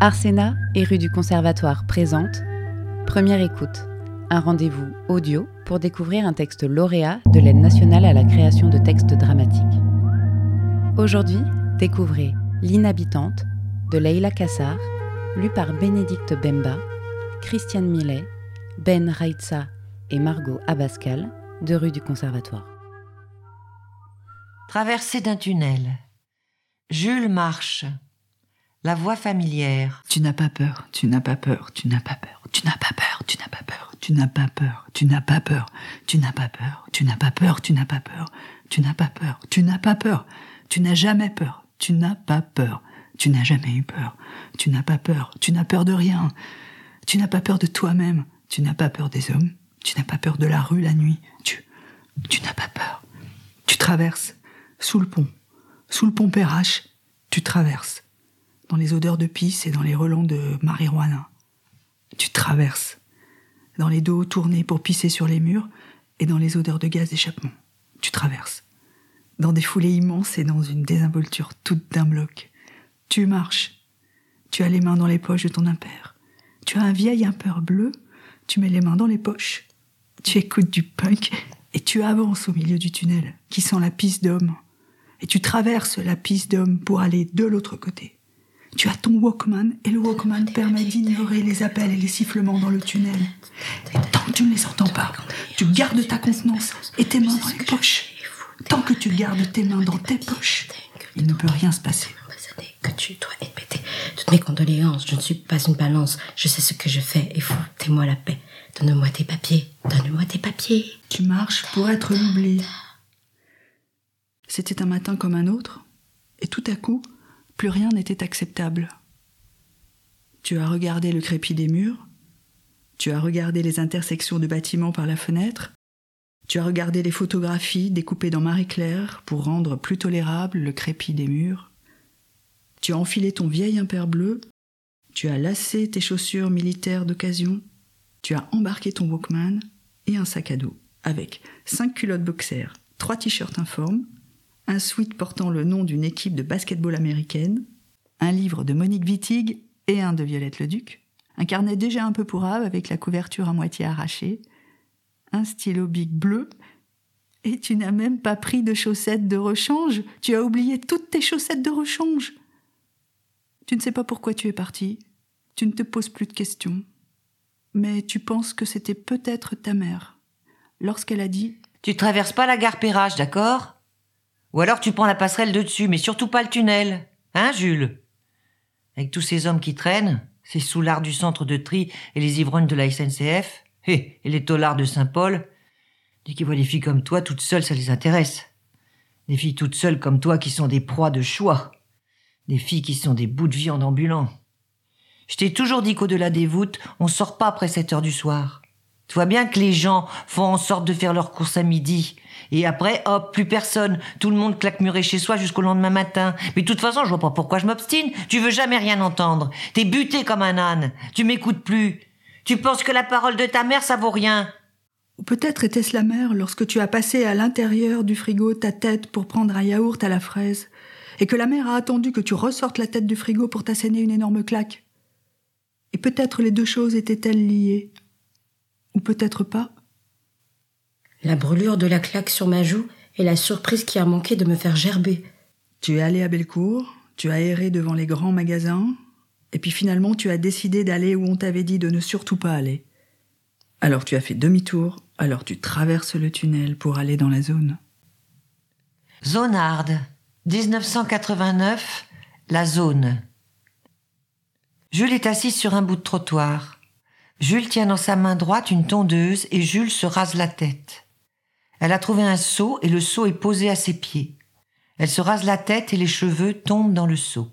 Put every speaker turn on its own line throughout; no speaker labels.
Arsena et rue du Conservatoire présente Première écoute, un rendez-vous audio pour découvrir un texte lauréat de l'aide nationale à la création de textes dramatiques. Aujourd'hui, découvrez L'inhabitante de Leila Kassar, lu par Bénédicte Bemba, Christiane Millet, Ben Raitsa et Margot Abascal de rue du Conservatoire.
Traversée d'un tunnel. Jules marche. La voix familière.
Tu n'as pas peur, tu n'as pas peur, tu n'as pas peur, tu n'as pas peur, tu n'as pas peur, tu n'as pas peur, tu n'as pas peur, tu n'as pas peur, tu n'as pas peur, tu n'as pas peur, tu n'as pas peur, tu n'as pas peur, tu n'as jamais peur, tu n'as pas peur, tu n'as jamais eu peur, tu n'as pas peur, tu n'as peur de rien, tu n'as pas peur de toi-même, tu n'as pas peur des hommes, tu n'as pas peur de la rue la nuit, tu, tu n'as pas peur. Tu traverses, sous le pont, sous le pont Perrache, tu traverses dans les odeurs de pisse et dans les relents de marijuana. Tu traverses, dans les dos tournés pour pisser sur les murs et dans les odeurs de gaz d'échappement. Tu traverses, dans des foulées immenses et dans une désinvolture toute d'un bloc. Tu marches, tu as les mains dans les poches de ton impair. Tu as un vieil impair bleu, tu mets les mains dans les poches. Tu écoutes du punk et tu avances au milieu du tunnel qui sent la pisse d'homme. Et tu traverses la pisse d'homme pour aller de l'autre côté. Tu as ton Walkman et le Walkman permet d'ignorer les appels et les sifflements dans le tunnel. Et tant que tu ne les entends pas, tu gardes ta contenance et tes mains dans les poches. Tant que tu gardes tes mains dans tes poches, il ne peut rien se passer.
que tu dois être pété. Toutes mes condoléances, je ne suis pas une balance. Je sais ce que je fais et foutez-moi la paix. Donne-moi tes papiers, donne-moi tes papiers.
Tu marches pour être l'oubli. C'était un matin comme un autre, et tout à coup, plus rien n'était acceptable. Tu as regardé le crépi des murs, tu as regardé les intersections de bâtiments par la fenêtre, tu as regardé les photographies découpées dans Marie-Claire pour rendre plus tolérable le crépi des murs, tu as enfilé ton vieil impair bleu, tu as lacé tes chaussures militaires d'occasion, tu as embarqué ton Walkman et un sac à dos avec cinq culottes boxers, trois t-shirts informes, un sweat portant le nom d'une équipe de basketball américaine, un livre de Monique Wittig et un de Violette Leduc, un carnet déjà un peu pourrave avec la couverture à moitié arrachée, un stylo big bleu, et tu n'as même pas pris de chaussettes de rechange, tu as oublié toutes tes chaussettes de rechange. Tu ne sais pas pourquoi tu es parti, tu ne te poses plus de questions, mais tu penses que c'était peut-être ta mère, lorsqu'elle a dit
Tu traverses pas la gare Perrache, d'accord ou alors tu prends la passerelle de dessus, mais surtout pas le tunnel. Hein, Jules Avec tous ces hommes qui traînent, ces soulards du centre de tri et les ivrognes de la SNCF, eh, et, et les taulards de Saint-Paul, dès qu'ils voient des filles comme toi toutes seules, ça les intéresse. Des filles toutes seules comme toi qui sont des proies de choix. Des filles qui sont des bouts de viande ambulants. Je t'ai toujours dit qu'au-delà des voûtes, on sort pas après 7 heures du soir. Tu vois bien que les gens font en sorte de faire leurs courses à midi. Et après, hop, plus personne. Tout le monde claquemuré chez soi jusqu'au lendemain matin. Mais de toute façon, je vois pas pourquoi je m'obstine. Tu veux jamais rien entendre. T'es buté comme un âne. Tu m'écoutes plus. Tu penses que la parole de ta mère, ça vaut rien.
Ou peut-être était-ce la mère lorsque tu as passé à l'intérieur du frigo ta tête pour prendre un yaourt à la fraise, et que la mère a attendu que tu ressortes la tête du frigo pour t'asséner une énorme claque. Et peut-être les deux choses étaient-elles liées. Ou peut-être pas.
La brûlure de la claque sur ma joue et la surprise qui a manqué de me faire gerber.
Tu es allé à Bellecour, tu as erré devant les grands magasins, et puis finalement tu as décidé d'aller où on t'avait dit de ne surtout pas aller. Alors tu as fait demi-tour, alors tu traverses le tunnel pour aller dans la zone.
Zonarde, 1989, la zone. Jules est assise sur un bout de trottoir. Jules tient dans sa main droite une tondeuse et Jules se rase la tête. Elle a trouvé un seau et le seau est posé à ses pieds. Elle se rase la tête et les cheveux tombent dans le seau.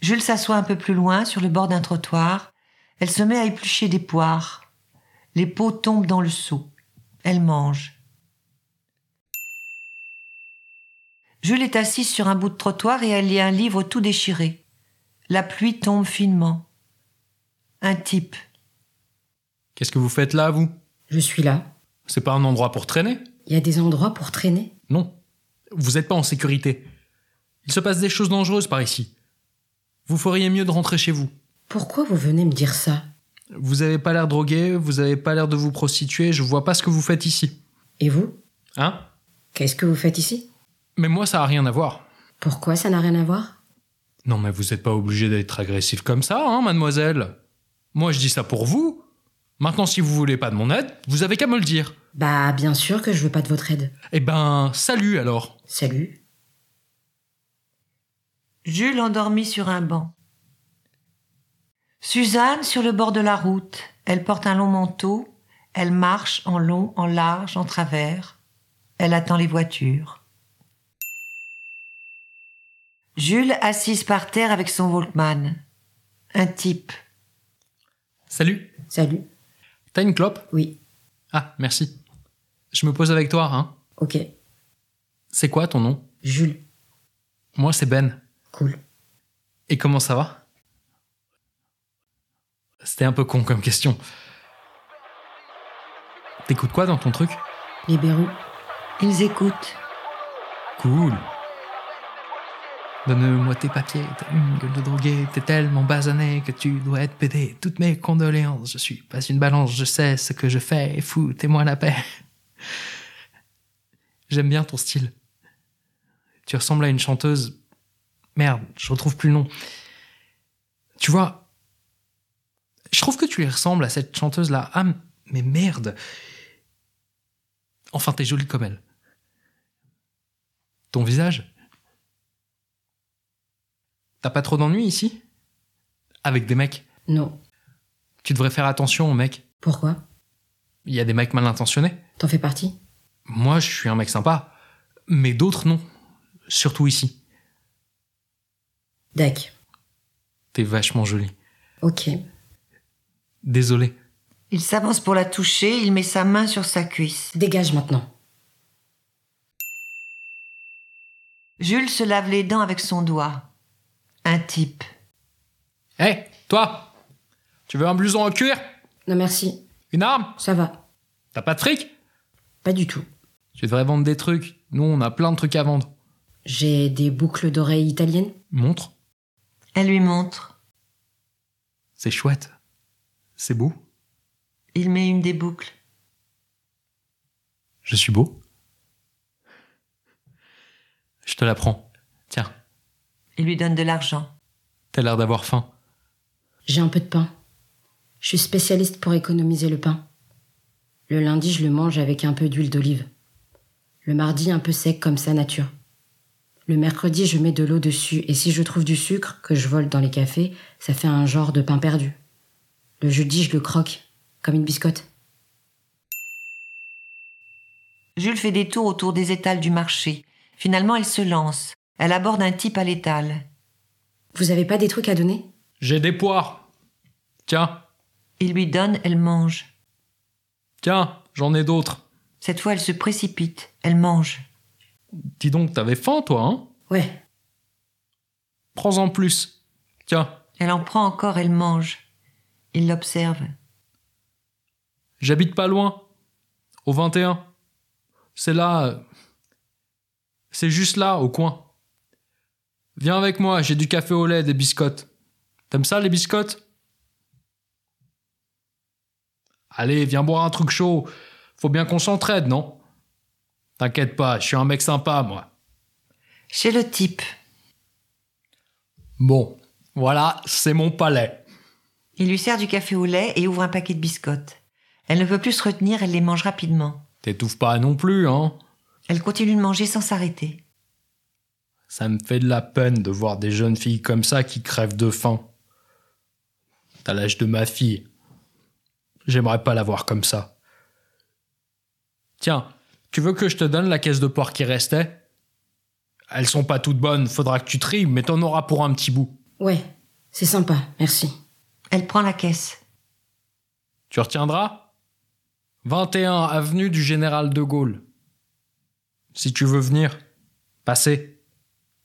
Jules s'assoit un peu plus loin sur le bord d'un trottoir. Elle se met à éplucher des poires. Les peaux tombent dans le seau. Elle mange. Jules est assise sur un bout de trottoir et elle lit un livre tout déchiré. La pluie tombe finement. Un type.
Qu'est-ce que vous faites là, vous
Je suis là.
C'est pas un endroit pour traîner
Il y a des endroits pour traîner.
Non. Vous n'êtes pas en sécurité. Il se passe des choses dangereuses par ici. Vous feriez mieux de rentrer chez vous.
Pourquoi vous venez me dire ça
Vous avez pas l'air drogué, vous avez pas l'air de vous prostituer, je vois pas ce que vous faites ici.
Et vous
Hein
Qu'est-ce que vous faites ici
Mais moi, ça a rien à voir.
Pourquoi ça n'a rien à voir
Non, mais vous êtes pas obligé d'être agressif comme ça, hein, mademoiselle Moi, je dis ça pour vous. Maintenant, si vous voulez pas de mon aide, vous avez qu'à me le dire.
Bah, bien sûr que je veux pas de votre aide.
Eh ben, salut alors
Salut.
Jules endormi sur un banc. Suzanne sur le bord de la route. Elle porte un long manteau. Elle marche en long, en large, en travers. Elle attend les voitures. Jules assise par terre avec son Walkman. Un type.
Salut
Salut.
T'as une clope
Oui.
Ah, merci. Je me pose avec toi, hein.
Ok.
C'est quoi ton nom
Jules.
Moi, c'est Ben.
Cool.
Et comment ça va C'était un peu con comme question. T'écoutes quoi dans ton truc
Les Bérous.
Ils écoutent.
Cool. Donne-moi tes papiers, t'as une gueule de drogué, t'es tellement basané que tu dois être pédé. Toutes mes condoléances, je suis pas une balance, je sais ce que je fais, et foutez-moi la paix. J'aime bien ton style. Tu ressembles à une chanteuse. Merde, je retrouve plus le nom. Tu vois, je trouve que tu lui ressembles à cette chanteuse-là. Ah, mais merde. Enfin, t'es jolie comme elle. Ton visage T'as pas trop d'ennuis ici Avec des mecs
Non.
Tu devrais faire attention aux mecs.
Pourquoi
Il y a des mecs mal intentionnés.
T'en fais partie
Moi, je suis un mec sympa. Mais d'autres, non. Surtout ici.
Dac.
T'es vachement jolie.
Ok.
Désolé.
Il s'avance pour la toucher. Il met sa main sur sa cuisse.
Dégage maintenant.
Jules se lave les dents avec son doigt. Un type.
Hé, toi Tu veux un blouson en cuir
Non merci.
Une arme
Ça va.
T'as pas de fric
Pas du tout.
Tu devrais vendre des trucs. Nous, on a plein de trucs à vendre.
J'ai des boucles d'oreilles italiennes.
Montre.
Elle lui montre.
C'est chouette. C'est beau.
Il met une des boucles.
Je suis beau. Je te la prends. Tiens.
Il lui donne de l'argent.
T'as l'air d'avoir faim.
J'ai un peu de pain. Je suis spécialiste pour économiser le pain. Le lundi, je le mange avec un peu d'huile d'olive. Le mardi, un peu sec comme sa nature. Le mercredi, je mets de l'eau dessus et si je trouve du sucre que je vole dans les cafés, ça fait un genre de pain perdu. Le jeudi, je le croque comme une biscotte.
Jules fait des tours autour des étals du marché. Finalement, elle se lance. Elle aborde un type à l'étal.
Vous avez pas des trucs à donner
J'ai des poires. Tiens,
Il lui donne, elle mange.
tiens, j'en ai d'autres.
Cette fois, elle se précipite. Elle mange.
Dis donc, t'avais faim, toi, hein
Ouais.
Prends-en plus. Tiens,
Elle en prend encore, elle mange. Il l'observe.
j'habite pas loin. Au 21. C'est là. euh, C'est juste là, au coin. Viens avec moi, j'ai du café au lait, des biscottes. T'aimes ça, les biscottes Allez, viens boire un truc chaud. Faut bien qu'on s'entraide, non T'inquiète pas, je suis un mec sympa, moi.
Chez le type,
Bon, voilà, c'est mon palais.
il lui sert du café au lait et ouvre un paquet de biscottes. Elle ne peut plus se retenir, elle les mange rapidement.
T'étouffes pas non plus, hein
Elle continue de manger sans s'arrêter.
Ça me fait de la peine de voir des jeunes filles comme ça qui crèvent de faim. T'as l'âge de ma fille. J'aimerais pas la voir comme ça. Tiens, tu veux que je te donne la caisse de porc qui restait Elles sont pas toutes bonnes, faudra que tu tries, mais t'en auras pour un petit bout.
Ouais. C'est sympa, merci.
Elle prend la caisse.
Tu retiendras 21 avenue du Général de Gaulle. Si tu veux venir, passez.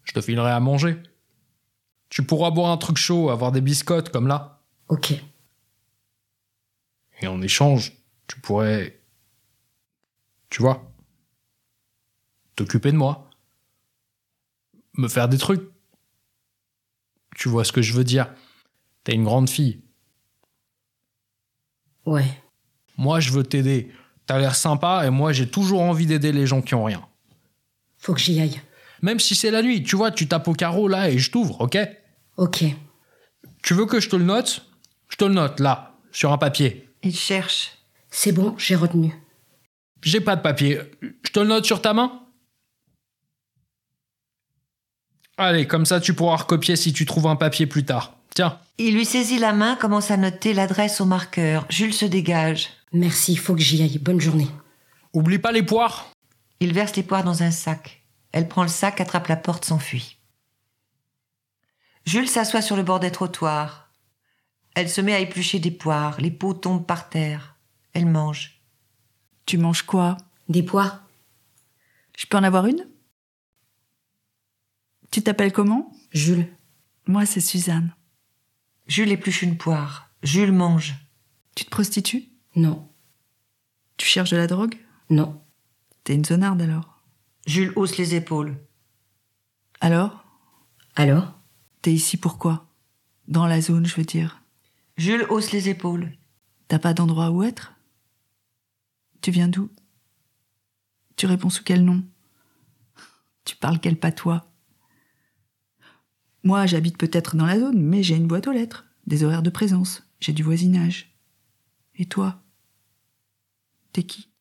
Je te filerai à manger. Tu pourras boire un truc chaud, avoir des biscottes comme là.
Ok.
Et en échange, tu pourrais. Tu vois. T'occuper de moi. Me faire des trucs. Tu vois ce que je veux dire T'es une grande fille.
Ouais,
Moi, je veux t'aider. T'as l'air sympa et moi, j'ai toujours envie d'aider les gens qui ont rien.
faut que j'y aille.
Même si c'est la nuit, tu vois, tu tapes au carreau là et je t'ouvre, ok
Ok.
Tu veux que je te le note Je te le note là, sur un papier.
Il cherche.
C'est bon, j'ai retenu.
J'ai pas de papier. Je te le note sur ta main Allez, comme ça tu pourras recopier si tu trouves un papier plus tard. Tiens,
Il lui saisit la main, commence à noter l'adresse au marqueur. Jules se dégage.
Merci, faut que j'y aille. Bonne journée.
oublie pas les poires.
Il verse les poires dans un sac. Elle prend le sac, attrape la porte, s'enfuit. Jules s'assoit sur le bord des trottoirs. Elle se met à éplucher des poires. Les peaux tombent par terre. Elle mange.
Tu manges quoi
Des poires
Je peux en avoir une Tu t'appelles comment
Jules,
Moi, c'est Suzanne.
Jules épluche une poire. Jules mange.
Tu te prostitues
non,
Tu cherches de la drogue
non.
T'es une zonarde alors.
Jules hausse les épaules.
Alors
Alors
T'es ici pourquoi Dans la zone, je veux dire.
Jules hausse les épaules.
T'as pas d'endroit où être Tu viens d'où Tu réponds sous quel nom Tu parles quel patois Moi, j'habite peut-être dans la zone, mais j'ai une boîte aux lettres, des horaires de présence, j'ai du voisinage. Et toi T'es qui